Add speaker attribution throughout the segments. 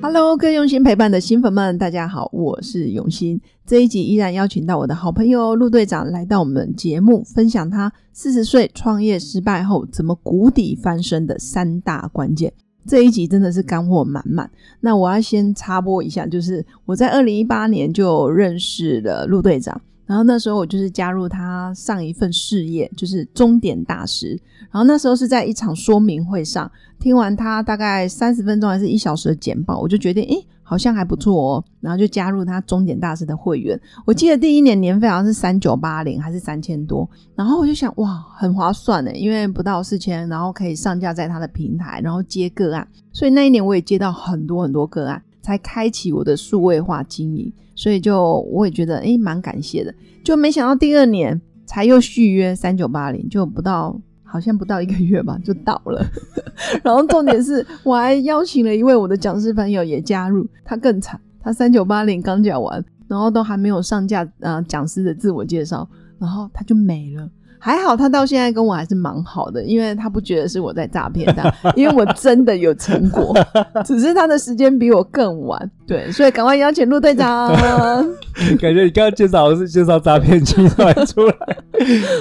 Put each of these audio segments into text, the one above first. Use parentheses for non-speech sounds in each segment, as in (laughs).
Speaker 1: Hello，各位用心陪伴的新粉们，大家好，我是永新。这一集依然邀请到我的好朋友陆队长来到我们节目，分享他四十岁创业失败后怎么谷底翻身的三大关键。这一集真的是干货满满。那我要先插播一下，就是我在二零一八年就认识了陆队长，然后那时候我就是加入他上一份事业，就是终点大师。然后那时候是在一场说明会上，听完他大概三十分钟还是一小时的简报，我就决定，诶，好像还不错哦，然后就加入他终点大师的会员。我记得第一年年费好像是三九八零还是三千多，然后我就想，哇，很划算呢，因为不到四千，然后可以上架在他的平台，然后接个案，所以那一年我也接到很多很多个案，才开启我的数位化经营。所以就我也觉得，诶，蛮感谢的。就没想到第二年才又续约三九八零，就不到好像不到一个月吧，就倒了。然后重点是， (laughs) 我还邀请了一位我的讲师朋友也加入，他更惨，他三九八零刚讲完，然后都还没有上架呃讲师的自我介绍，然后他就没了。还好他到现在跟我还是蛮好的，因为他不觉得是我在诈骗他， (laughs) 因为我真的有成
Speaker 2: (laughs)
Speaker 1: 果，只是他的时间比我更晚。对，所以赶快邀请陆队
Speaker 2: (laughs)
Speaker 1: 长。
Speaker 2: 感觉你刚刚介绍好像是介绍诈骗集团出
Speaker 1: (laughs)
Speaker 2: 来，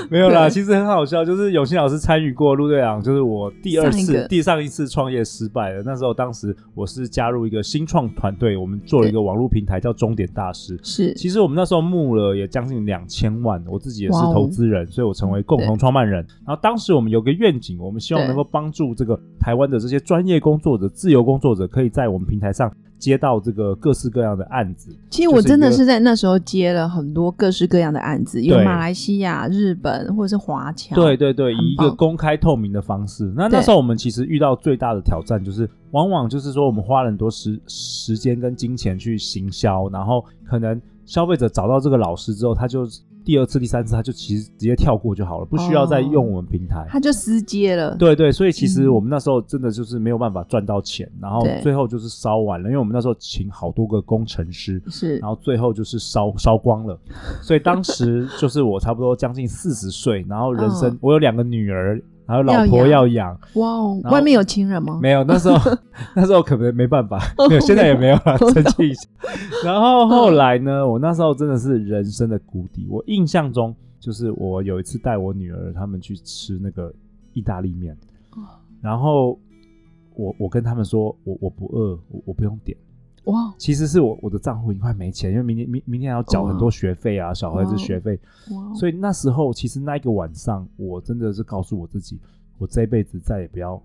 Speaker 2: 没有啦，其实很好笑，就是永新老师参与过陆队长，就是我第二
Speaker 1: 上一
Speaker 2: 次
Speaker 1: 个、
Speaker 2: 第上一次创业失败了。那时候当时我是加入一个新创团队，我们做了一个网络平台叫终点大师。
Speaker 1: 是
Speaker 2: 其实我们那时候募了也将近两千万，我自己也是
Speaker 1: 哇哦
Speaker 2: 投资人，所以我成为共同创办人。然后当时我们有个愿景，我们希望
Speaker 1: 对
Speaker 2: 能够帮助这个台湾的这些专业工作者、自由工作者，可以在我们平台上接到这个各式各样的案子。
Speaker 1: 其实
Speaker 2: 就是
Speaker 1: 我真的
Speaker 2: 一个
Speaker 1: 是在那时候接了很多各式各样的案子，有
Speaker 2: 对
Speaker 1: 马来西亚、日本或者是华侨。
Speaker 2: 对，对对，
Speaker 1: 很
Speaker 2: 以一个
Speaker 1: 棒
Speaker 2: 公开透明的方式。那
Speaker 1: 对
Speaker 2: 那时候我们其实遇到最大的挑战就是，往往就是说我们花了很多时时间跟金钱去行销，然后可能消费者找到这个老师之后，他就第二次、第三次他就其实直接跳过就好了，不需要再
Speaker 1: 哦
Speaker 2: 用我们平台。
Speaker 1: 他就私接了。
Speaker 2: 对对，所以其实
Speaker 1: 嗯
Speaker 2: 我们那时候真的就是没有办法赚到钱，然后
Speaker 1: 对
Speaker 2: 最后就是烧完了，因为我们那时候请好多个工程师，
Speaker 1: 是
Speaker 2: 然后最后就是烧烧光了，所以当时就是我差不多将近四十岁，然后人生、
Speaker 1: 嗯
Speaker 2: 我有两个女儿，还有老
Speaker 1: 要
Speaker 2: 婆
Speaker 1: 养
Speaker 2: 要养，
Speaker 1: 哇哦，
Speaker 2: 然后
Speaker 1: 外面有亲人吗？
Speaker 2: 没有那时
Speaker 1: (laughs)
Speaker 2: 候那时候可能没办法，没有现在也没有了，
Speaker 1: 哦我懂嗯
Speaker 2: 生气一下。然后后来呢，我那时候真的是人生的谷底，我印象中就是我有一次带我女儿他们去吃那个意大利面，
Speaker 1: 哦
Speaker 2: 然后我我跟他们说我我不饿，我我不用点。
Speaker 1: 哇哦
Speaker 2: 其实是我我的账户已经快没钱，因为明天明明天还要缴
Speaker 1: 哦
Speaker 2: 很多学费啊，小孩子学费，
Speaker 1: 哇，哦
Speaker 2: 所以那时候其实那一个晚上，我真的是告诉我自己，我这辈子再也不要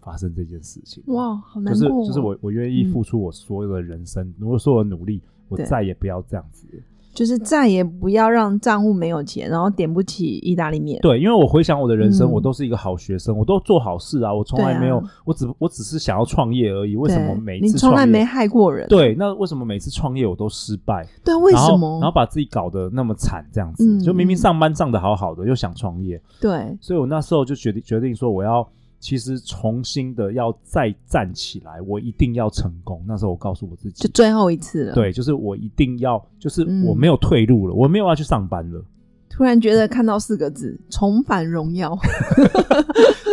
Speaker 2: 发生这件事情。
Speaker 1: 哇，好难
Speaker 2: 就
Speaker 1: 过
Speaker 2: 是
Speaker 1: 哦。
Speaker 2: 就是我我愿意付出我所有的人生，我所有的努力，我
Speaker 1: 对
Speaker 2: 再也不要这样子。
Speaker 1: 就是再也不要让账户没有钱，然后点不起意大利面。
Speaker 2: 对，因为我回想我的人
Speaker 1: 嗯
Speaker 2: 生，我都是一个好学生，我都做好事啊，我从
Speaker 1: 对
Speaker 2: 来
Speaker 1: 啊
Speaker 2: 没有，我只我只是想要创业而已。为
Speaker 1: 对，
Speaker 2: 什么每一
Speaker 1: 你
Speaker 2: 次
Speaker 1: 从
Speaker 2: 创
Speaker 1: 来
Speaker 2: 业
Speaker 1: 没害过人？
Speaker 2: 对，那为什么每次创业我都失败？
Speaker 1: 对，为
Speaker 2: 然
Speaker 1: 什
Speaker 2: 后
Speaker 1: 么？
Speaker 2: 然后把自己搞得那么惨，这样子，
Speaker 1: 嗯
Speaker 2: 就明明
Speaker 1: 嗯
Speaker 2: 上班上的好好的，又想创业，
Speaker 1: 对，
Speaker 2: 所以我那时候就决定决定说，我要其实重新的要再站起来，我一定要成功。那时候我告诉我自己
Speaker 1: 就，最后一次了。，
Speaker 2: 对，就是我一定要，就是
Speaker 1: 嗯
Speaker 2: 我没有退路了，我没有要去上班了。
Speaker 1: 突然觉得看到四个字“重返荣
Speaker 2: (laughs)
Speaker 1: 耀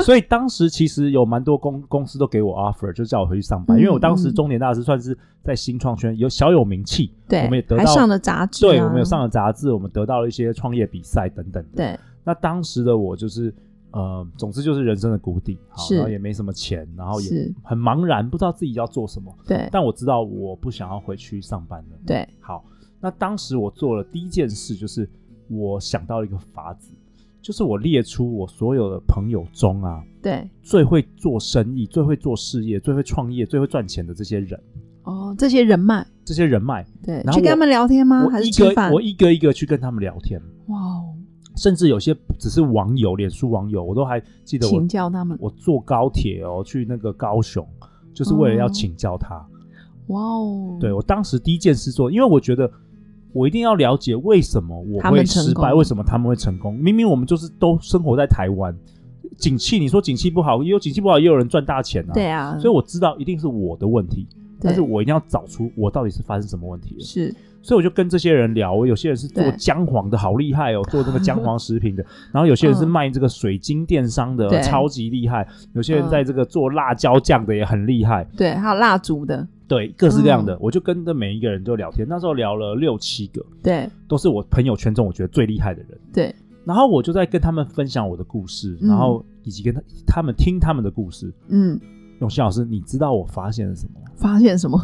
Speaker 2: 所以当时其实有蛮多公公司都给我 offer，就叫我回去上班，因为我当时
Speaker 1: 嗯嗯
Speaker 2: 中年大师算是在新创圈有小有名气”，，
Speaker 1: 对，
Speaker 2: 我们也得
Speaker 1: 还
Speaker 2: 到
Speaker 1: 上了杂志、啊，
Speaker 2: 对，我们有上了杂志，我们得到了一些创业比赛等等的。
Speaker 1: 对，
Speaker 2: 那当时的我就是，呃，总之就是人生的谷底，好，
Speaker 1: 是
Speaker 2: 然后也没什么钱，然后也
Speaker 1: 是，
Speaker 2: 很茫然，不知道自己要做什么。
Speaker 1: 对，
Speaker 2: 但我知道我不想要回去上班了。
Speaker 1: 对，
Speaker 2: 好，那当时我做了第一件事，就是我想到一个法子，就是我列出我所有的朋友中啊，
Speaker 1: 对。
Speaker 2: 最会做生意、最会做事业、最会创业、最会赚钱的这些人，
Speaker 1: 哦，这些人脉，
Speaker 2: 这些人脉，
Speaker 1: 对，
Speaker 2: 然后
Speaker 1: 去跟
Speaker 2: 我
Speaker 1: 他们聊天吗？
Speaker 2: 我
Speaker 1: 啊还
Speaker 2: 一
Speaker 1: 是吃
Speaker 2: 个
Speaker 1: 饭？
Speaker 2: 我一个一个去跟他们聊天，
Speaker 1: 哇哦，
Speaker 2: 甚至有些只是网友、脸书网友，我都还记得我
Speaker 1: 请教他们，
Speaker 2: 我坐高铁哦去那个高雄，就是为了
Speaker 1: 哦
Speaker 2: 要请教他。
Speaker 1: 哇哦，
Speaker 2: 对我当时第一件事做，因为我觉得我一定要了解为什么我
Speaker 1: 他
Speaker 2: 会
Speaker 1: 们成
Speaker 2: 失败，
Speaker 1: 功
Speaker 2: 为什么他们会成功。明明我们就是都生活在台湾，景气，你说景气不好，也有景气不好，也有人赚大钱啊。
Speaker 1: 对啊，
Speaker 2: 所以我知道一定是我的问题，但
Speaker 1: 对
Speaker 2: 是我一定要找出我到底是发生什么问题了。
Speaker 1: 是
Speaker 2: 所以我就跟这些人聊，我有些人是做
Speaker 1: 对
Speaker 2: 姜黄的，好厉害
Speaker 1: (laughs)
Speaker 2: 哦，做这个姜黄食品的；然后有些人是
Speaker 1: 嗯
Speaker 2: 卖这个水晶电商的，
Speaker 1: 对
Speaker 2: 超级厉害；有些人
Speaker 1: 嗯
Speaker 2: 在这个做辣椒酱的也很厉害。
Speaker 1: 对，还有蜡烛的，
Speaker 2: 对，各式各样的，
Speaker 1: 嗯
Speaker 2: 我就跟着每一个人都聊天。那时候聊了六七个，
Speaker 1: 对
Speaker 2: 都是我朋友圈中我觉得最厉害的人。
Speaker 1: 对，
Speaker 2: 然后我就在跟他们分享我的故事，
Speaker 1: 嗯
Speaker 2: 然后以及跟他他们听他们的故事。
Speaker 1: 嗯，
Speaker 2: 永新老师，你知道我发现了什么吗？
Speaker 1: 发现什
Speaker 2: (laughs)
Speaker 1: 么？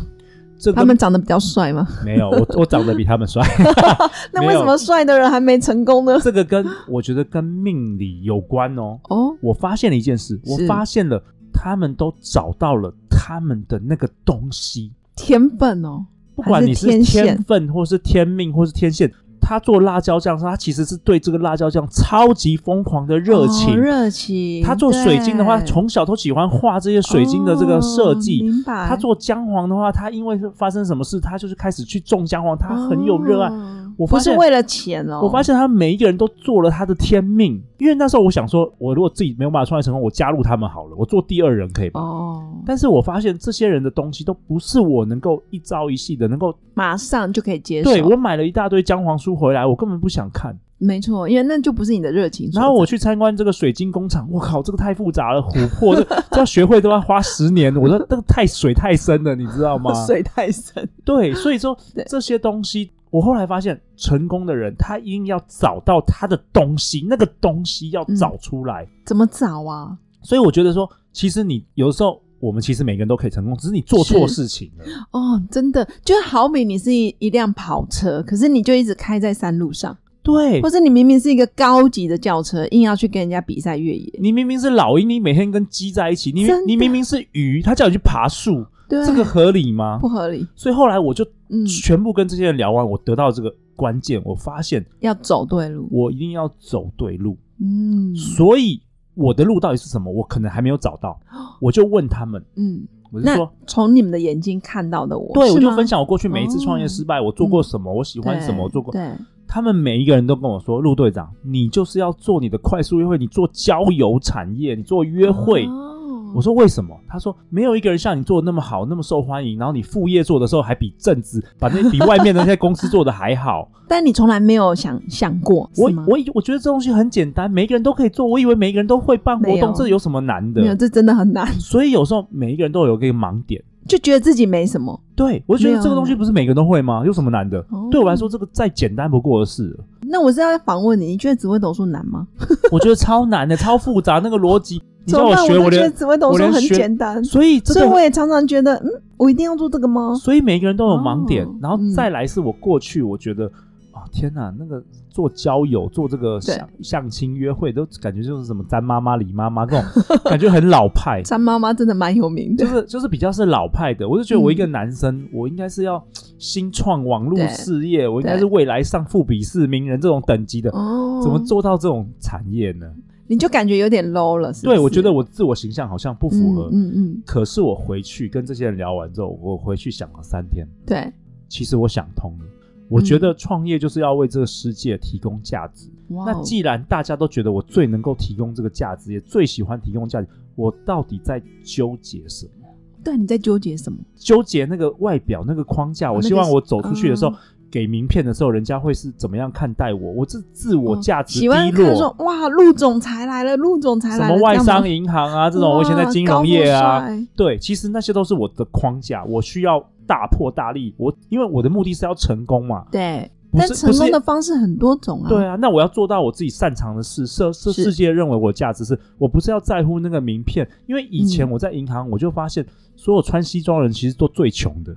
Speaker 2: 这个
Speaker 1: 他们长得比较帅吗？
Speaker 2: (laughs) 没有，我我长得比他们帅。 (laughs)
Speaker 1: 那
Speaker 2: 没
Speaker 1: 为
Speaker 2: 有
Speaker 1: 什么帅的人还没成功呢？
Speaker 2: 这个跟我觉得跟命理有关哦。
Speaker 1: 哦，
Speaker 2: 我发现了一件事，我
Speaker 1: 是
Speaker 2: 发现了他们都找到了他们的那个东西，
Speaker 1: 天分哦，
Speaker 2: 不管你
Speaker 1: 还
Speaker 2: 是
Speaker 1: 是天线
Speaker 2: 天分，或是天命，或是天线。他做辣椒酱，他其实是对这个辣椒酱超级疯狂的热情。
Speaker 1: 哦热情。
Speaker 2: 他做水晶的话，
Speaker 1: 对
Speaker 2: 从小都喜欢画这些水晶的这个设
Speaker 1: 哦
Speaker 2: 计。
Speaker 1: 明白。
Speaker 2: 他做姜黄的话，他因为是发生什么事，他就是开始去种姜黄，他很有热爱。
Speaker 1: 哦
Speaker 2: 我
Speaker 1: 不
Speaker 2: 发
Speaker 1: 是
Speaker 2: 现
Speaker 1: 为了钱哦，
Speaker 2: 我发现他们每一个人都做了他的天命，因为那时候我想说，我如果自己没有办法创业成功，我加入他们好了，我做第二人可以吧？
Speaker 1: 哦，
Speaker 2: 但是我发现这些人的东西都不是我能够一朝一夕的能够。
Speaker 1: 马上就可以接受。
Speaker 2: 对我买了一大堆姜黄书回来，我根本不想看。
Speaker 1: 没错，因为那就不是你的热情所在。
Speaker 2: 然后我去参观这个水晶工厂，我靠，这个太复杂了，琥珀这 (laughs) 这要学会都要花十年，我说这个太水太深了，你知道吗？
Speaker 1: (laughs) 水太深，
Speaker 2: 对，所以说
Speaker 1: 对
Speaker 2: 这些东西，我后来发现，成功的人他一定要找到他的东西，那个东西要
Speaker 1: 嗯
Speaker 2: 找出来。
Speaker 1: 怎么找啊？
Speaker 2: 所以我觉得说，其实你有的时候，我们其实每个人都可以成功，只是你做错事情了。
Speaker 1: 哦，真的，就好比你是一一辆跑车，可是你就一直开在山路上，
Speaker 2: 对
Speaker 1: 或，是你明明是一个高级的轿车，硬要去跟人家比赛越野。
Speaker 2: 你明明是老鹰，你每天跟鸡在一起，你
Speaker 1: 真的
Speaker 2: 你明明是鱼，他叫你去爬树，
Speaker 1: 对，
Speaker 2: 这个合理吗
Speaker 1: 不？合理。
Speaker 2: 所以后来我就
Speaker 1: 嗯，
Speaker 2: 全部跟这些人聊完，我得到这个关键，我发现
Speaker 1: 要走对路。
Speaker 2: 我一定要走对路。
Speaker 1: 嗯
Speaker 2: 所以我的路到底是什么？我可能还没有找到，我就问他们，
Speaker 1: 嗯，
Speaker 2: 我就
Speaker 1: 哦那
Speaker 2: 说，
Speaker 1: 从你们的眼睛看到的我，
Speaker 2: 对，
Speaker 1: 是
Speaker 2: 我就
Speaker 1: 吗哦嗯
Speaker 2: 分享我过去每一次创业失败，我做过什么，我喜欢
Speaker 1: 对
Speaker 2: 什么，我做过。
Speaker 1: 对，
Speaker 2: 他们每一个人都跟我说，陆队长，你就是要做你的快速约会，你做交友产业，你做约会。
Speaker 1: 哦
Speaker 2: 我说为什么？他说没有一个人像你做的那么好，那么受欢迎。然后你副业做的时候还比正职，把那比外面的那些公司做的还
Speaker 1: (laughs)
Speaker 2: 好。
Speaker 1: 但你从来没有想想过，
Speaker 2: 我
Speaker 1: 是吗
Speaker 2: 我以我觉得这东西很简单，每一个人都可以做。我以为每一个人都会办活
Speaker 1: 没有
Speaker 2: 动，这有什么难
Speaker 1: 没有，
Speaker 2: 的？
Speaker 1: 这真的很难，
Speaker 2: 所以有时候每一个人都有一个盲点。
Speaker 1: 就觉得自己没什么。
Speaker 2: 对，我就觉
Speaker 1: 没
Speaker 2: 得
Speaker 1: 有
Speaker 2: 这个东西不是每个人都会吗？有什么难的？
Speaker 1: 哦
Speaker 2: 对我来说，这个再简单不过的事了。
Speaker 1: 那我是要访问你，你觉得紫微斗数难吗？
Speaker 2: 我觉得超难的，超复杂，那个逻辑，你
Speaker 1: 怎
Speaker 2: 叫
Speaker 1: 么
Speaker 2: 我
Speaker 1: 办？
Speaker 2: 学，
Speaker 1: 都
Speaker 2: 我
Speaker 1: 觉得
Speaker 2: 连
Speaker 1: 紫微斗
Speaker 2: 我
Speaker 1: 数
Speaker 2: 连
Speaker 1: 很
Speaker 2: 学
Speaker 1: 简单，
Speaker 2: 所以这
Speaker 1: 所以我
Speaker 2: 个，
Speaker 1: 也常常觉得，嗯，我一定要做这个吗？
Speaker 2: 所以每个人都有盲点
Speaker 1: 哦，
Speaker 2: 然后再来是我过去，我觉得。啊天哪，那个做交友、做这个
Speaker 1: 对
Speaker 2: 相相亲、约会，都感觉就是什么詹妈妈、李妈妈这种感觉很老
Speaker 1: (laughs)
Speaker 2: 派，
Speaker 1: 张妈妈真的蛮有名
Speaker 2: 就
Speaker 1: 的，
Speaker 2: 是就是比较是老派的。我就觉得我一个男生，我应该是要新创网络
Speaker 1: 嗯对
Speaker 2: 事业，我应该
Speaker 1: 对
Speaker 2: 是未来上富比士名人这种等级的，
Speaker 1: 哦
Speaker 2: 怎么？做到这种产业呢？
Speaker 1: 你就感觉有点 low 了，是不
Speaker 2: 对，
Speaker 1: 是
Speaker 2: 我觉得我自我形象好像不符合。
Speaker 1: 嗯嗯嗯，
Speaker 2: 可是我回去跟这些人聊完之后，我回去想了三天，
Speaker 1: 对，
Speaker 2: 其实我想通了。我觉得创业就是要为这个世界提供价值。
Speaker 1: 嗯哇
Speaker 2: 那
Speaker 1: 哦
Speaker 2: 既然大家都觉得我最能够提供这个价值，也最喜欢提供价值，我到底在纠结什么？
Speaker 1: 对你在纠结什么？
Speaker 2: 纠结那个外表那个框架。我
Speaker 1: 哦那个
Speaker 2: 希望我走出去的时候，
Speaker 1: 嗯
Speaker 2: 给名片的时候，人家会是怎么样看待我？我这自我价值
Speaker 1: 哦喜
Speaker 2: 低
Speaker 1: 欢看说
Speaker 2: 落，
Speaker 1: 哇，陆总裁来了，陆总裁
Speaker 2: 什
Speaker 1: 来
Speaker 2: 么
Speaker 1: 了，
Speaker 2: 外
Speaker 1: 这样吗
Speaker 2: 商银行啊，这种
Speaker 1: 哇
Speaker 2: 我以前在金融业啊，
Speaker 1: 高富帅
Speaker 2: 对，其实那些都是我的框架，我需要大破大立。我因为我的目的是要成功嘛，
Speaker 1: 对，
Speaker 2: 不
Speaker 1: 但
Speaker 2: 是
Speaker 1: 成
Speaker 2: 不
Speaker 1: 功
Speaker 2: 是
Speaker 1: 的方式很多种啊。
Speaker 2: 对啊，那我要做到我自己擅长的事，社社
Speaker 1: 是
Speaker 2: 世界认为我的价值是，我不是要在乎那个名片，因为以前
Speaker 1: 嗯
Speaker 2: 我在银行，我就发现所有穿西装的人其实都最穷的，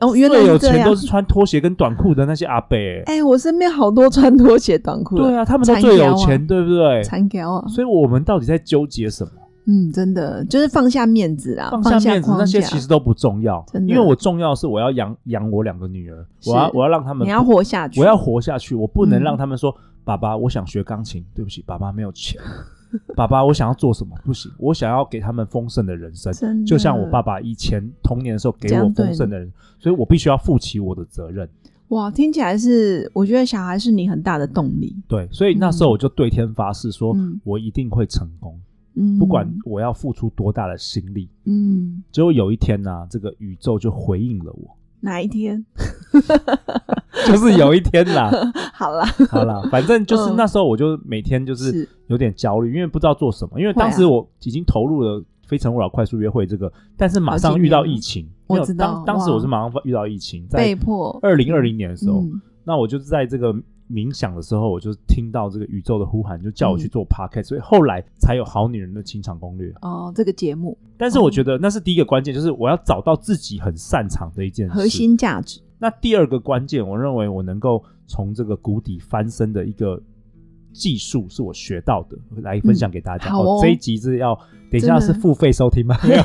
Speaker 1: 哦，原来
Speaker 2: 最有
Speaker 1: 是这
Speaker 2: 钱
Speaker 1: 样
Speaker 2: 都。是穿拖鞋跟短裤的那些阿伯、
Speaker 1: 哎、我身边好多穿拖鞋短裤的，
Speaker 2: 对啊，他们都
Speaker 1: 残
Speaker 2: 最
Speaker 1: 条
Speaker 2: 有
Speaker 1: 啊
Speaker 2: 钱，对不对？
Speaker 1: 残条啊，
Speaker 2: 所以我们到底在纠结什么？
Speaker 1: 嗯，真的就是放下面子啦，放
Speaker 2: 放下面子
Speaker 1: 框
Speaker 2: 那些
Speaker 1: 架
Speaker 2: 其实都不重要，
Speaker 1: 真的
Speaker 2: 因为我重要的是我要养养我两个女儿，
Speaker 1: 是
Speaker 2: 我要我要让他们
Speaker 1: 你要活下去，
Speaker 2: 我要活下去，我不能
Speaker 1: 嗯
Speaker 2: 让他们说、爸爸，我想学钢琴，对不起，爸爸没有钱。 (laughs) 爸爸，我想要做什么？不行，我想要给他们丰盛的人生，
Speaker 1: 真的
Speaker 2: 就像我爸爸以前童年的时候给
Speaker 1: 这
Speaker 2: 我
Speaker 1: 样对
Speaker 2: 丰盛的人，所以我必须要负起我的责任。
Speaker 1: 哇，听起来是，我觉得小孩是你很大的动力。
Speaker 2: 对，所以那时候我就对天发誓说
Speaker 1: 嗯，
Speaker 2: 我一定会成功，
Speaker 1: 嗯，
Speaker 2: 不管我要付出多大的心力。
Speaker 1: 嗯
Speaker 2: 结果有一天呢、这个宇宙就回应了我，
Speaker 1: 哪一天，
Speaker 2: 就是有一天
Speaker 1: (laughs)
Speaker 2: 啦，
Speaker 1: 好啦，
Speaker 2: 好啦，反正就是
Speaker 1: 嗯
Speaker 2: 那时候我就每天就是
Speaker 1: 是
Speaker 2: 有点焦虑，因为不知道做什么，因为当时
Speaker 1: 会啊
Speaker 2: 我已经投入了《非诚勿扰》快速约会这个，但是马
Speaker 1: 好
Speaker 2: 上
Speaker 1: 几
Speaker 2: 遇
Speaker 1: 年
Speaker 2: 到
Speaker 1: 了
Speaker 2: 疫情，
Speaker 1: 我
Speaker 2: 没有
Speaker 1: 知道
Speaker 2: 当当时我是
Speaker 1: 哇
Speaker 2: 马上遇到疫情，
Speaker 1: 被
Speaker 2: 在
Speaker 1: 迫
Speaker 2: 二零二零年的时候，
Speaker 1: 嗯
Speaker 2: 那我就是在这个冥想的时候，我就听到这个宇宙的呼喊，就叫
Speaker 1: 嗯
Speaker 2: 我去做 podcast，、所以后来才有《好女人的情场攻略》。
Speaker 1: 哦，这个节目
Speaker 2: 但是我觉得那是第一个关键，就是我要找到自己很擅长的一件事。
Speaker 1: 核心价值，
Speaker 2: 那第二个关键，我认为我能够从这个谷底翻身的一个技术，是我学到的，来分享给大家。
Speaker 1: 嗯好哦
Speaker 2: 这一集是要等一下
Speaker 1: 真
Speaker 2: 是
Speaker 1: 的
Speaker 2: 付费
Speaker 1: (laughs)
Speaker 2: 收听吗？没有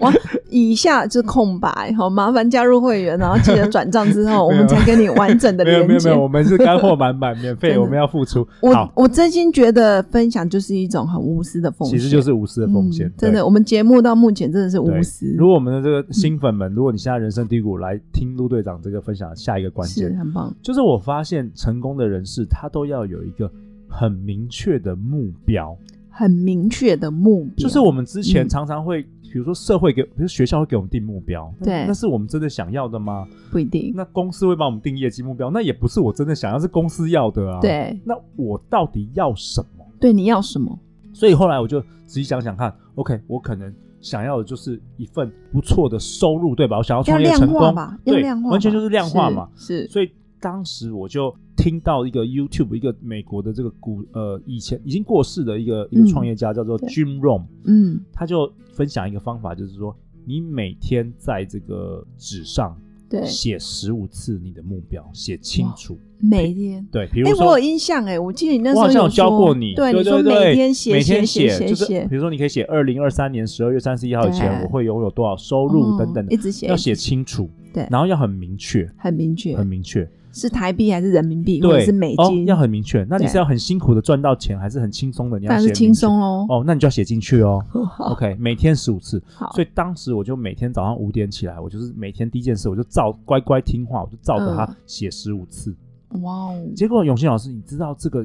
Speaker 1: 哇，以下是空白，好，麻烦加入会员，然后记得转账之后，我
Speaker 2: (laughs) 没有
Speaker 1: 们才给你完整的
Speaker 2: 没有
Speaker 1: 连
Speaker 2: 没有没
Speaker 1: 接
Speaker 2: 有，。我们是干货满满，免费，
Speaker 1: 真的
Speaker 2: 我们要付出。
Speaker 1: 我
Speaker 2: 好，
Speaker 1: 我真心觉得分享就是一种很无私的奉献，
Speaker 2: 其实就是无私的奉献
Speaker 1: 嗯，真
Speaker 2: 对
Speaker 1: 的，我们节目到目前真的是无
Speaker 2: 对
Speaker 1: 私，
Speaker 2: 如果我们的这个新粉们，如果你现在人生低谷，来听陆队长这个分享的下一个关
Speaker 1: 是
Speaker 2: 键，
Speaker 1: 很棒，
Speaker 2: 就是我发现成功的人士，他都要有一个很明确的目标。
Speaker 1: 很明确的目标，
Speaker 2: 就是我们之前
Speaker 1: 嗯
Speaker 2: 常常会，比如说社会给，比如学校会给我们定目标，
Speaker 1: 对
Speaker 2: 那是我们真的想要的吗？
Speaker 1: 不一定，
Speaker 2: 那公司会帮我们定业绩目标，那也不是我真的想要，是公司要的啊。，
Speaker 1: 对
Speaker 2: 那我到底要什么？
Speaker 1: 对，你要什么？
Speaker 2: 所以后来我就仔细想想看，OK，我可能想要的就是一份不错的收入，对吧？我想要
Speaker 1: 要
Speaker 2: 创业
Speaker 1: 量
Speaker 2: 成
Speaker 1: 化
Speaker 2: 功
Speaker 1: 吧，，要
Speaker 2: 对
Speaker 1: 量，化吧，
Speaker 2: 完全就是量化嘛。
Speaker 1: 是，是
Speaker 2: 所以当时我就听到一个 YouTube，一个美国的这个股呃，以前已经过世的一个一
Speaker 1: 嗯
Speaker 2: 个创业家叫做
Speaker 1: 对
Speaker 2: Jim Rome，
Speaker 1: 嗯，
Speaker 2: 他就分享一个方法，就是说你每天在这个纸上
Speaker 1: 对，
Speaker 2: 写十五次你的目标，写清楚。
Speaker 1: 每天。
Speaker 2: 对，比如
Speaker 1: 哎，
Speaker 2: 说
Speaker 1: 我有。印象哎，我记得你那时候
Speaker 2: 我好像有
Speaker 1: 说
Speaker 2: 教过你，
Speaker 1: 对，
Speaker 2: 对
Speaker 1: 你说
Speaker 2: 对对，
Speaker 1: 每天写
Speaker 2: 每天
Speaker 1: 写写
Speaker 2: 就是
Speaker 1: 写
Speaker 2: 比，如说你可以写二零二三年十二月三十一号以前
Speaker 1: 对
Speaker 2: 我会拥有多少收
Speaker 1: 嗯
Speaker 2: 入等等的
Speaker 1: 一，直写，
Speaker 2: 要
Speaker 1: 一直
Speaker 2: 写清楚，
Speaker 1: 对
Speaker 2: 然后要很明确，
Speaker 1: 很明确，
Speaker 2: 很明确，
Speaker 1: 是台币还是人民币，或者
Speaker 2: 对，
Speaker 1: 是美
Speaker 2: 哦
Speaker 1: 金，，
Speaker 2: 要很明确。那你
Speaker 1: 对
Speaker 2: 是要很辛苦的赚到钱，还是很轻松的？你要
Speaker 1: 但
Speaker 2: 写
Speaker 1: 是
Speaker 2: 明
Speaker 1: 轻
Speaker 2: 确
Speaker 1: 松喽。
Speaker 2: 哦，那你就要写进去哦。OK，每天十五次。
Speaker 1: 好，
Speaker 2: 所以当时我就每天早上五点起来，我就是每天第一件事，我就照乖乖听话，我就照着
Speaker 1: 嗯
Speaker 2: 它写十五次。
Speaker 1: 哇哦，
Speaker 2: 结果永新老师，你知道这个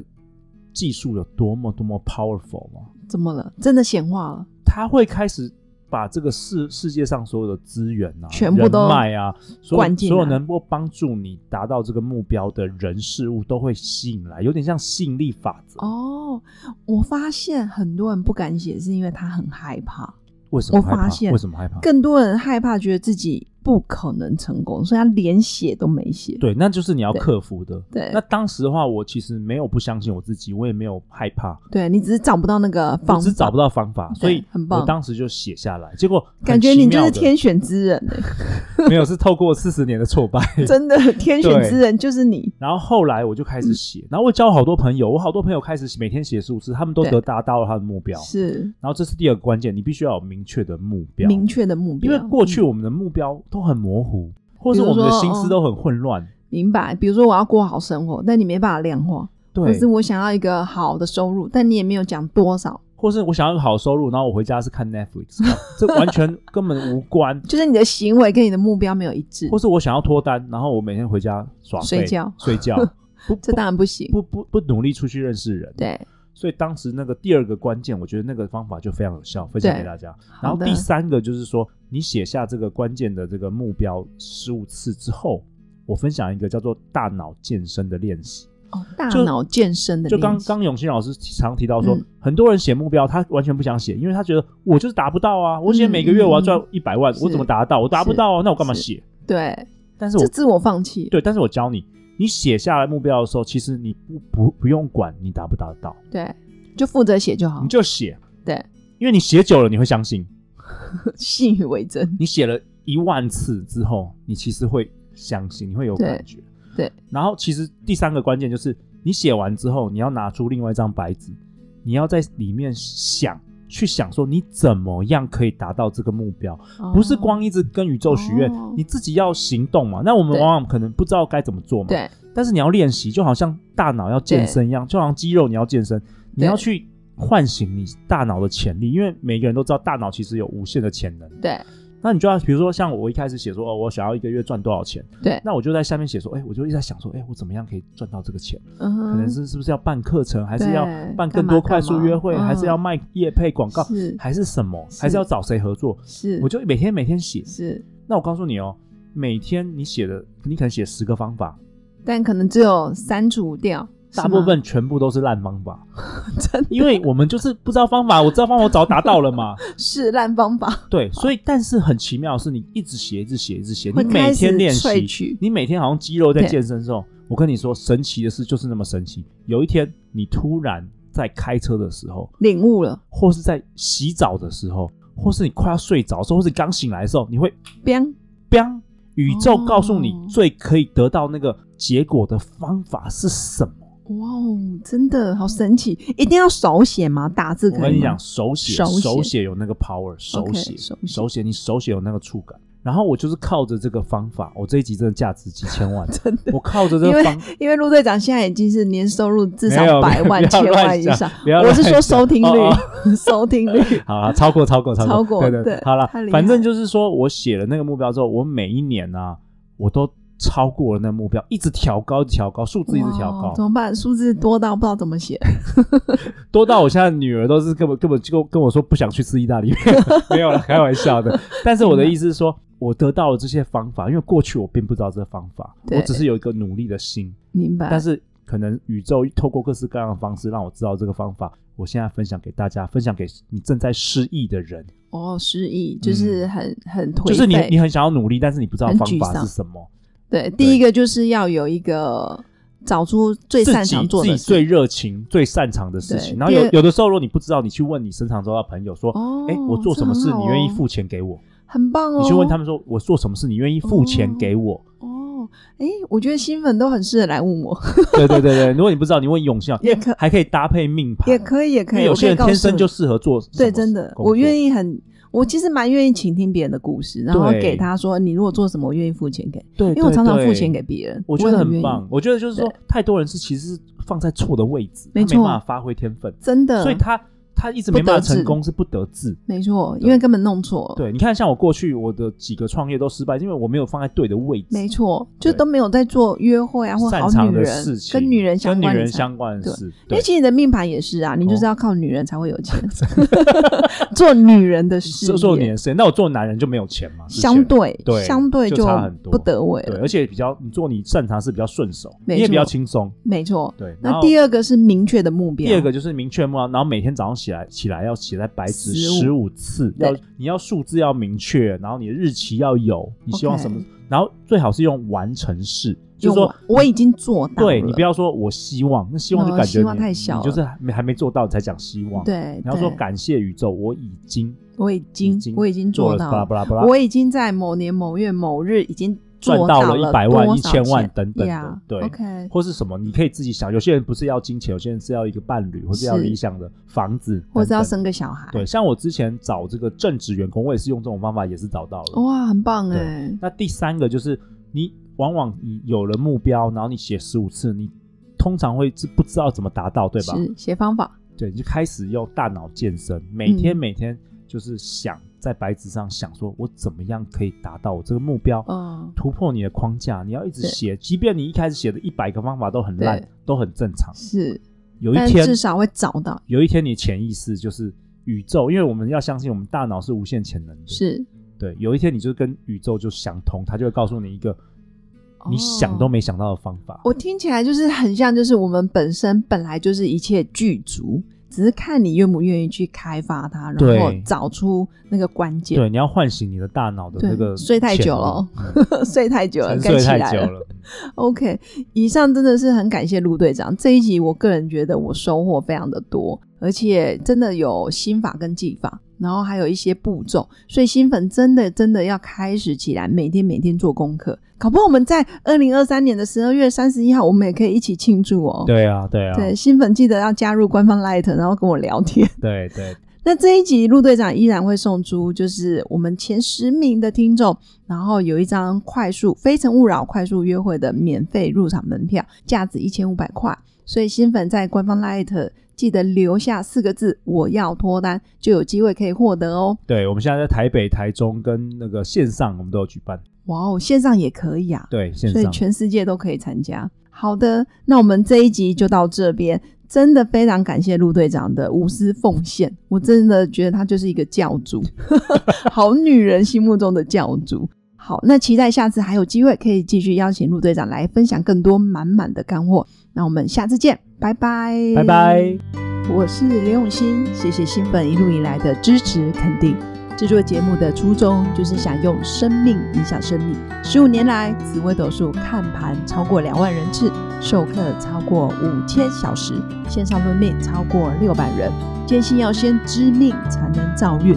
Speaker 2: 技术有多么多么 powerful 吗？
Speaker 1: 怎么了？真的显化了，
Speaker 2: 他会开始把这个世世界上所有的资源啊、
Speaker 1: 全部都
Speaker 2: 人脉啊，所
Speaker 1: 灌
Speaker 2: 有
Speaker 1: 进来
Speaker 2: 所有能够帮助你达到这个目标的人事物都会吸引来，有点像吸引力法则。
Speaker 1: 哦，我发现很多人不敢写，是因为他很害怕。
Speaker 2: 为什么
Speaker 1: 我
Speaker 2: 害怕？
Speaker 1: 发现
Speaker 2: 为什么害怕？
Speaker 1: 更多人害怕，觉得自己不可能成功，所以他连写都没写。
Speaker 2: 对，那就是你要
Speaker 1: 对
Speaker 2: 克服的。
Speaker 1: 对
Speaker 2: 那当时的话，我其实没有不相信我自己，我也没有害怕，
Speaker 1: 对你只是找不到那个
Speaker 2: 我
Speaker 1: 方
Speaker 2: 只是找
Speaker 1: 法
Speaker 2: 不，到方法，所以
Speaker 1: 对很棒
Speaker 2: 我当时就写下来。结果很
Speaker 1: 感觉
Speaker 2: 奇
Speaker 1: 你就
Speaker 2: 妙
Speaker 1: 是
Speaker 2: 的
Speaker 1: 天，选之人欸、
Speaker 2: 没有是透过四十年的挫败。
Speaker 1: (laughs) 真的天选之人就是你。
Speaker 2: 然后后来我就开
Speaker 1: 嗯
Speaker 2: 始写，然后我交好多朋友，我好多朋友开始每天写十五次，他们都
Speaker 1: 对
Speaker 2: 得达到了他的目标。
Speaker 1: 是
Speaker 2: 然后这是第二个关键，你必须要有明确的目标，
Speaker 1: 明确的目
Speaker 2: 因
Speaker 1: 标，嗯
Speaker 2: 为过去我们的目标都很模糊，或是我们的
Speaker 1: 比如说嗯
Speaker 2: 心思都很混乱。
Speaker 1: 明白。比如说我要过好生活，但你没办法量化；或
Speaker 2: 对，
Speaker 1: 是我想要一个好的收入，但你也没有讲多少，
Speaker 2: 或是我想要有好收入，然后我回家是看 Netflix，这 (laughs) 完全根本无关。
Speaker 1: 就是你的行为跟你的目标没有一致
Speaker 2: 或。是我想要脱单，然后我每天回家耍废
Speaker 1: 睡觉
Speaker 2: 睡
Speaker 1: (laughs)
Speaker 2: 觉，不
Speaker 1: 这当然不行。
Speaker 2: 不不不努力出去认识人。，
Speaker 1: 对，
Speaker 2: 所以当时那个第二个关键，我觉得那个方法就非常有效，分享
Speaker 1: 对
Speaker 2: 给大家。
Speaker 1: 好
Speaker 2: 然后
Speaker 1: 的
Speaker 2: 第三个就是说，你写下这个关键的这个目标十五次之后，我分享一个叫做大脑健身的练习。
Speaker 1: 哦，大
Speaker 2: 就
Speaker 1: 脑健身的
Speaker 2: 就刚
Speaker 1: 练习
Speaker 2: 刚永新老师常提到说，
Speaker 1: 嗯
Speaker 2: 很多人写目标，他完全不想写，因为他觉得我就是达不到啊，我写每个月我要赚一百万，
Speaker 1: 嗯是
Speaker 2: 我怎么达得到？我达不到、啊，那我干嘛
Speaker 1: 是
Speaker 2: 写？
Speaker 1: 对，
Speaker 2: 但是我
Speaker 1: 这自我放弃。
Speaker 2: 对，但是我教你，你写下来目标的时候，其实你不不不用管你达不达得到，
Speaker 1: 对，就负责写就好
Speaker 2: 你，就写，
Speaker 1: 对， (laughs)
Speaker 2: 因为你写久了你会相信，
Speaker 1: 信以为真。
Speaker 2: 你写了一万次之后，你其实会相信，你会有
Speaker 1: 对
Speaker 2: 感觉。
Speaker 1: 对
Speaker 2: 然后其实第三个关键就是，你写完之后，你要拿出另外一张白纸，你要在里面想，去想说你怎么样可以达到这个目标，不是光
Speaker 1: 哦
Speaker 2: 一直跟宇宙许愿，
Speaker 1: 哦
Speaker 2: 你自己要行动嘛。那我们
Speaker 1: 对
Speaker 2: 往往可能不知道该怎么做嘛，
Speaker 1: 对
Speaker 2: 但是你要练习，就好像大脑要健身一样，就好像肌肉你要健身，你要去唤醒你大脑的潜力，因为每个人都知道大脑其实有无限的潜能。
Speaker 1: 对
Speaker 2: 那你就要比如说像我一开始写说哦，我想要一个月赚多少钱，
Speaker 1: 对
Speaker 2: 那我就在下面写说，哎、我就一直在想说，哎、我怎么样可以赚到这个钱？
Speaker 1: 嗯哼，
Speaker 2: 可能是是不是要办课程，还是要
Speaker 1: 对
Speaker 2: 办
Speaker 1: 干
Speaker 2: 更
Speaker 1: 嘛
Speaker 2: 多
Speaker 1: 干
Speaker 2: 快速
Speaker 1: 嘛
Speaker 2: 约会，还是要
Speaker 1: 嗯
Speaker 2: 卖业配广告，
Speaker 1: 是
Speaker 2: 还是什么？
Speaker 1: 是
Speaker 2: 还是要找谁合作？
Speaker 1: 是，
Speaker 2: 我就每天每天写。
Speaker 1: 是，
Speaker 2: 那我告诉你哦，每天你写的，你可能写十个方法，
Speaker 1: 但可能只有删除掉，
Speaker 2: 大
Speaker 1: 是
Speaker 2: 部
Speaker 1: 吗
Speaker 2: 分全部都是烂方法，
Speaker 1: (laughs) 真
Speaker 2: 因为我们就是不知道方法，我知道方法我早达到
Speaker 1: (laughs)
Speaker 2: 了嘛。
Speaker 1: 是烂方法，
Speaker 2: 对，所以但是很奇妙的是，你一直写，一直写，一直写，
Speaker 1: 会
Speaker 2: 你每
Speaker 1: 开始
Speaker 2: 天练
Speaker 1: 萃取
Speaker 2: 习，你每天好像肌肉在
Speaker 1: 对
Speaker 2: 健身的时候，我跟你说，神奇的事就是那么神奇。有一天，你突然在开车的时候，
Speaker 1: 领悟了，
Speaker 2: 或是在洗澡的时候，或是你快要睡着的时候，或是你刚醒来的时候，你会
Speaker 1: biang，
Speaker 2: “biang”，宇宙
Speaker 1: 哦
Speaker 2: 告诉你最可以得到那个结果的方法是什么。
Speaker 1: 哇哦，真的好神奇！一定要手写吗？打字可以
Speaker 2: 我
Speaker 1: 吗
Speaker 2: 跟你讲，手写
Speaker 1: 手写
Speaker 2: 手写有那个 power，手写
Speaker 1: OK，手写
Speaker 2: 手写你手写有那个触感。然后我就是靠着这个方法，我这一集真的价值几千万，
Speaker 1: (laughs) 真的，
Speaker 2: 我靠着这个方，
Speaker 1: 因为陆队长现在已经是年收入至
Speaker 2: 没有
Speaker 1: 少百万、
Speaker 2: 不要
Speaker 1: 千万以
Speaker 2: 乱讲
Speaker 1: 上，
Speaker 2: 不要
Speaker 1: 我是
Speaker 2: 乱
Speaker 1: 说
Speaker 2: 讲
Speaker 1: 收听
Speaker 2: 哦
Speaker 1: 率， (laughs) 收听
Speaker 2: (laughs)
Speaker 1: 率，
Speaker 2: 好啊，超过超过超过，
Speaker 1: 超过
Speaker 2: 对对
Speaker 1: 对
Speaker 2: 好了
Speaker 1: 太厉害，
Speaker 2: 反正就是说我写了那个目标之后，我每一年啊，我都超过了那个目标，一直调高，一直调高，数字一直调
Speaker 1: 哇哦
Speaker 2: 高
Speaker 1: 怎，么办？数字多到不知道怎么写，
Speaker 2: 多到我现在女儿都是根本根本就跟我说不想去吃意大利面， (laughs) 没有了，开玩笑
Speaker 1: (laughs)
Speaker 2: 的。但是我的意思是说，我得到了这些方法，因为过去我并不知道这个方法，
Speaker 1: 对
Speaker 2: 我只是有一个努力的心，
Speaker 1: 明白？
Speaker 2: 但是可能宇宙透过各式各样的方式让我知道这个方法。我现在分享给大家，分享给你正在失意的人，
Speaker 1: 哦，失忆就是很很颓废，
Speaker 2: 嗯就是你你很想要努力，但是你不知道
Speaker 1: 很
Speaker 2: 方
Speaker 1: 沮
Speaker 2: 法
Speaker 1: 丧
Speaker 2: 是什么，
Speaker 1: 对，第一个就是要有一个找出最
Speaker 2: 自
Speaker 1: 擅
Speaker 2: 己
Speaker 1: 长做
Speaker 2: 自己
Speaker 1: 的
Speaker 2: 最
Speaker 1: 事。
Speaker 2: 热情、最擅长的事情。
Speaker 1: 对
Speaker 2: 然后
Speaker 1: 第
Speaker 2: 有
Speaker 1: 二
Speaker 2: 有的时候，如果你不知道，你去问你身旁周遭的朋友说：“
Speaker 1: 哦
Speaker 2: 哎、我做什么事，
Speaker 1: 这很好
Speaker 2: 你
Speaker 1: 哦
Speaker 2: 愿意付钱给我？”
Speaker 1: 很棒哦！
Speaker 2: 你去问他们说：“我做什么事，你愿意付钱给我
Speaker 1: 哦，哎，我觉得新粉都很适合来问
Speaker 2: (laughs)
Speaker 1: 我，？”
Speaker 2: 对对对对，如果你不知道，你问永信啊，因
Speaker 1: 也
Speaker 2: 为
Speaker 1: 可
Speaker 2: 还可以搭配命盘，
Speaker 1: 也可以，也可
Speaker 2: 因
Speaker 1: 以。
Speaker 2: 为有些人
Speaker 1: 我可以告诉
Speaker 2: 天生
Speaker 1: 你
Speaker 2: 就适合做什么
Speaker 1: 对，真的，
Speaker 2: 工作
Speaker 1: 我愿意很，我其实蛮愿意倾听别人的故事，然后
Speaker 2: 对
Speaker 1: 给他说，你如果做什么，我愿意付钱给，
Speaker 2: 对，
Speaker 1: 因为我
Speaker 2: 对
Speaker 1: 常常
Speaker 2: 对
Speaker 1: 付钱给别人，
Speaker 2: 我
Speaker 1: 我
Speaker 2: 觉得
Speaker 1: 也愿
Speaker 2: 很
Speaker 1: 意
Speaker 2: 棒。，我觉得就是说，太多人是其实是放在错的位置，
Speaker 1: 没
Speaker 2: 他
Speaker 1: 错嗯
Speaker 2: 没办法发挥天分，
Speaker 1: 真的，
Speaker 2: 所以他他一直没办法成功是不得志。
Speaker 1: 没错，
Speaker 2: 对
Speaker 1: 因为根本弄错，，
Speaker 2: 对，你看，像我过去我的几个创业都失败，因为我没有放在对的位置，
Speaker 1: 没错，就
Speaker 2: 对
Speaker 1: 都没有在做约会啊，或
Speaker 2: 擅
Speaker 1: 好
Speaker 2: 长
Speaker 1: 女
Speaker 2: 的
Speaker 1: 人
Speaker 2: 事情，
Speaker 1: 跟女人相
Speaker 2: 跟
Speaker 1: 关
Speaker 2: 女
Speaker 1: 的
Speaker 2: 人
Speaker 1: 才。
Speaker 2: 相关的事，
Speaker 1: 因
Speaker 2: 对
Speaker 1: 为其实你的命盘也是啊，你就
Speaker 2: 哦
Speaker 1: 是要靠女人才会有
Speaker 2: (laughs)
Speaker 1: 钱，做女人的事
Speaker 2: 做做
Speaker 1: 业，
Speaker 2: 年事，那我做男人就没有钱嘛，之前
Speaker 1: 相对
Speaker 2: 对
Speaker 1: 相对
Speaker 2: 就差很多
Speaker 1: 不得为
Speaker 2: 对，
Speaker 1: 了，
Speaker 2: 而且比较你做你擅长是比较顺手，
Speaker 1: 没
Speaker 2: 你也比较
Speaker 1: 错
Speaker 2: 轻松。
Speaker 1: 没错。
Speaker 2: 对，
Speaker 1: 那
Speaker 2: 然后
Speaker 1: 第二个是明确的目标，
Speaker 2: 第二个就是明确目标，然后每天早上起来起来要写在白纸
Speaker 1: 15
Speaker 2: 十五次，
Speaker 1: 对
Speaker 2: 要你要数字要明确，然后你的日期要有，你希望
Speaker 1: OK
Speaker 2: 什么，然后最好是用完成式，就
Speaker 1: 用
Speaker 2: 是说
Speaker 1: 完我已经做到了，
Speaker 2: 对你不要说我希望，那希望就
Speaker 1: 哦
Speaker 2: 感
Speaker 1: 希
Speaker 2: 觉
Speaker 1: 望
Speaker 2: 你
Speaker 1: 太小
Speaker 2: 你就是还没还没做到你才讲希望。，
Speaker 1: 对，
Speaker 2: 你要说
Speaker 1: 对
Speaker 2: 感谢宇宙，我已经
Speaker 1: 我已经
Speaker 2: 经
Speaker 1: 我已经
Speaker 2: 做
Speaker 1: 做
Speaker 2: 了，
Speaker 1: 到
Speaker 2: 巴拉巴拉巴拉，
Speaker 1: 我已经在某年某月某日已经做
Speaker 2: 赚
Speaker 1: 到
Speaker 2: 了一百万、
Speaker 1: 多
Speaker 2: 一
Speaker 1: 少
Speaker 2: 千万
Speaker 1: 钱
Speaker 2: 等等的
Speaker 1: 呀，
Speaker 2: 对。
Speaker 1: ，OK，
Speaker 2: 或是什么，你可以自己想。有些人不是要金钱，有些人是要一个伴侣，或是要
Speaker 1: 是
Speaker 2: 理想的房子，
Speaker 1: 或者要
Speaker 2: 等等
Speaker 1: 生个小孩，
Speaker 2: 对，，像我之前找这个正职员工，我也是用这种方法，也是找到了。
Speaker 1: 哇，很棒
Speaker 2: 对
Speaker 1: 哎，
Speaker 2: 那第三个就是，你往往你有了目标，然后你写十五次，你通常会是不知道怎么达到，对吧？
Speaker 1: 是写方法，
Speaker 2: 对，你就开始用大脑健身，每天
Speaker 1: 嗯
Speaker 2: 每天就是想在白纸上想，说我怎么样可以达到我这个目标。
Speaker 1: 嗯，
Speaker 2: 突破你的框架，你要一直
Speaker 1: 对
Speaker 2: 写，即便你一开始写的一百个方法都很烂
Speaker 1: 对，
Speaker 2: 都很正常。
Speaker 1: 是，
Speaker 2: 有一
Speaker 1: 但
Speaker 2: 天
Speaker 1: 至，少会找到，
Speaker 2: 有一天你潜意识就是宇宙，因为我们要相信我们大脑是无限潜能的，
Speaker 1: 是
Speaker 2: 对，有一天你就跟宇宙就想通，它就会告诉你一个你想都
Speaker 1: 哦
Speaker 2: 没想到的方法。
Speaker 1: 我听起来就是很像，就是我们本身本来就是一切具足，只是看你愿不愿意去开发它，然后
Speaker 2: 对
Speaker 1: 找出那个关键。
Speaker 2: 对，你要唤醒你的大脑的
Speaker 1: 对
Speaker 2: 那个
Speaker 1: 睡太久了 (laughs) 睡太久
Speaker 2: (laughs)
Speaker 1: 了，
Speaker 2: 沉
Speaker 1: 该
Speaker 2: 睡
Speaker 1: 起
Speaker 2: 太
Speaker 1: 来
Speaker 2: 久
Speaker 1: 了。
Speaker 2: 了。
Speaker 1: OK，以上真的是很感谢陆队长这一集，我个人觉得我收获非常的多，而且真的有心法跟技法，然后还有一些步骤，所以新粉真的真的要开始起来，每天每天做功课，搞不好我们在二零二三年的十二月三十一号，我们也可以一起庆祝哦。
Speaker 2: 对啊，对啊，
Speaker 1: 对，新粉记得要加入官方 Light，然后跟我聊天。
Speaker 2: 对对，
Speaker 1: 那那这一集陆队长依然会送出，就是我们前十名的听众，然后有一张快速《非诚勿扰》快速约会的免费入场门票，价值一千五百块。所以新粉在官方 Light 记得留下四个字“我要脱单”，就有机会可以获得哦。
Speaker 2: 对，我们现在在台北、台中跟那个线上，我们都有举办。
Speaker 1: 哇哦，线上也可以啊，
Speaker 2: 对，线
Speaker 1: 所以
Speaker 2: 上
Speaker 1: 全世界都可以参加。好的，那我们这一集就到这边，真的非常感谢陆队长的无私奉献，我真的觉得她就是一个教主， (laughs) 好女人心目中的教主。好，那期待下次还有机会可以继续邀请陆队长来分享更多满满的干货。那我们下次见，拜拜，
Speaker 2: 拜拜。
Speaker 1: 我是刘永新，谢谢新粉一路以来的支持肯定。制作节目的初衷就是想用生命影响生命。十五年来，紫微斗数看盘超过两万人次，授课超过五千小时，线上论命超过六百人。坚信要先知命才能造运，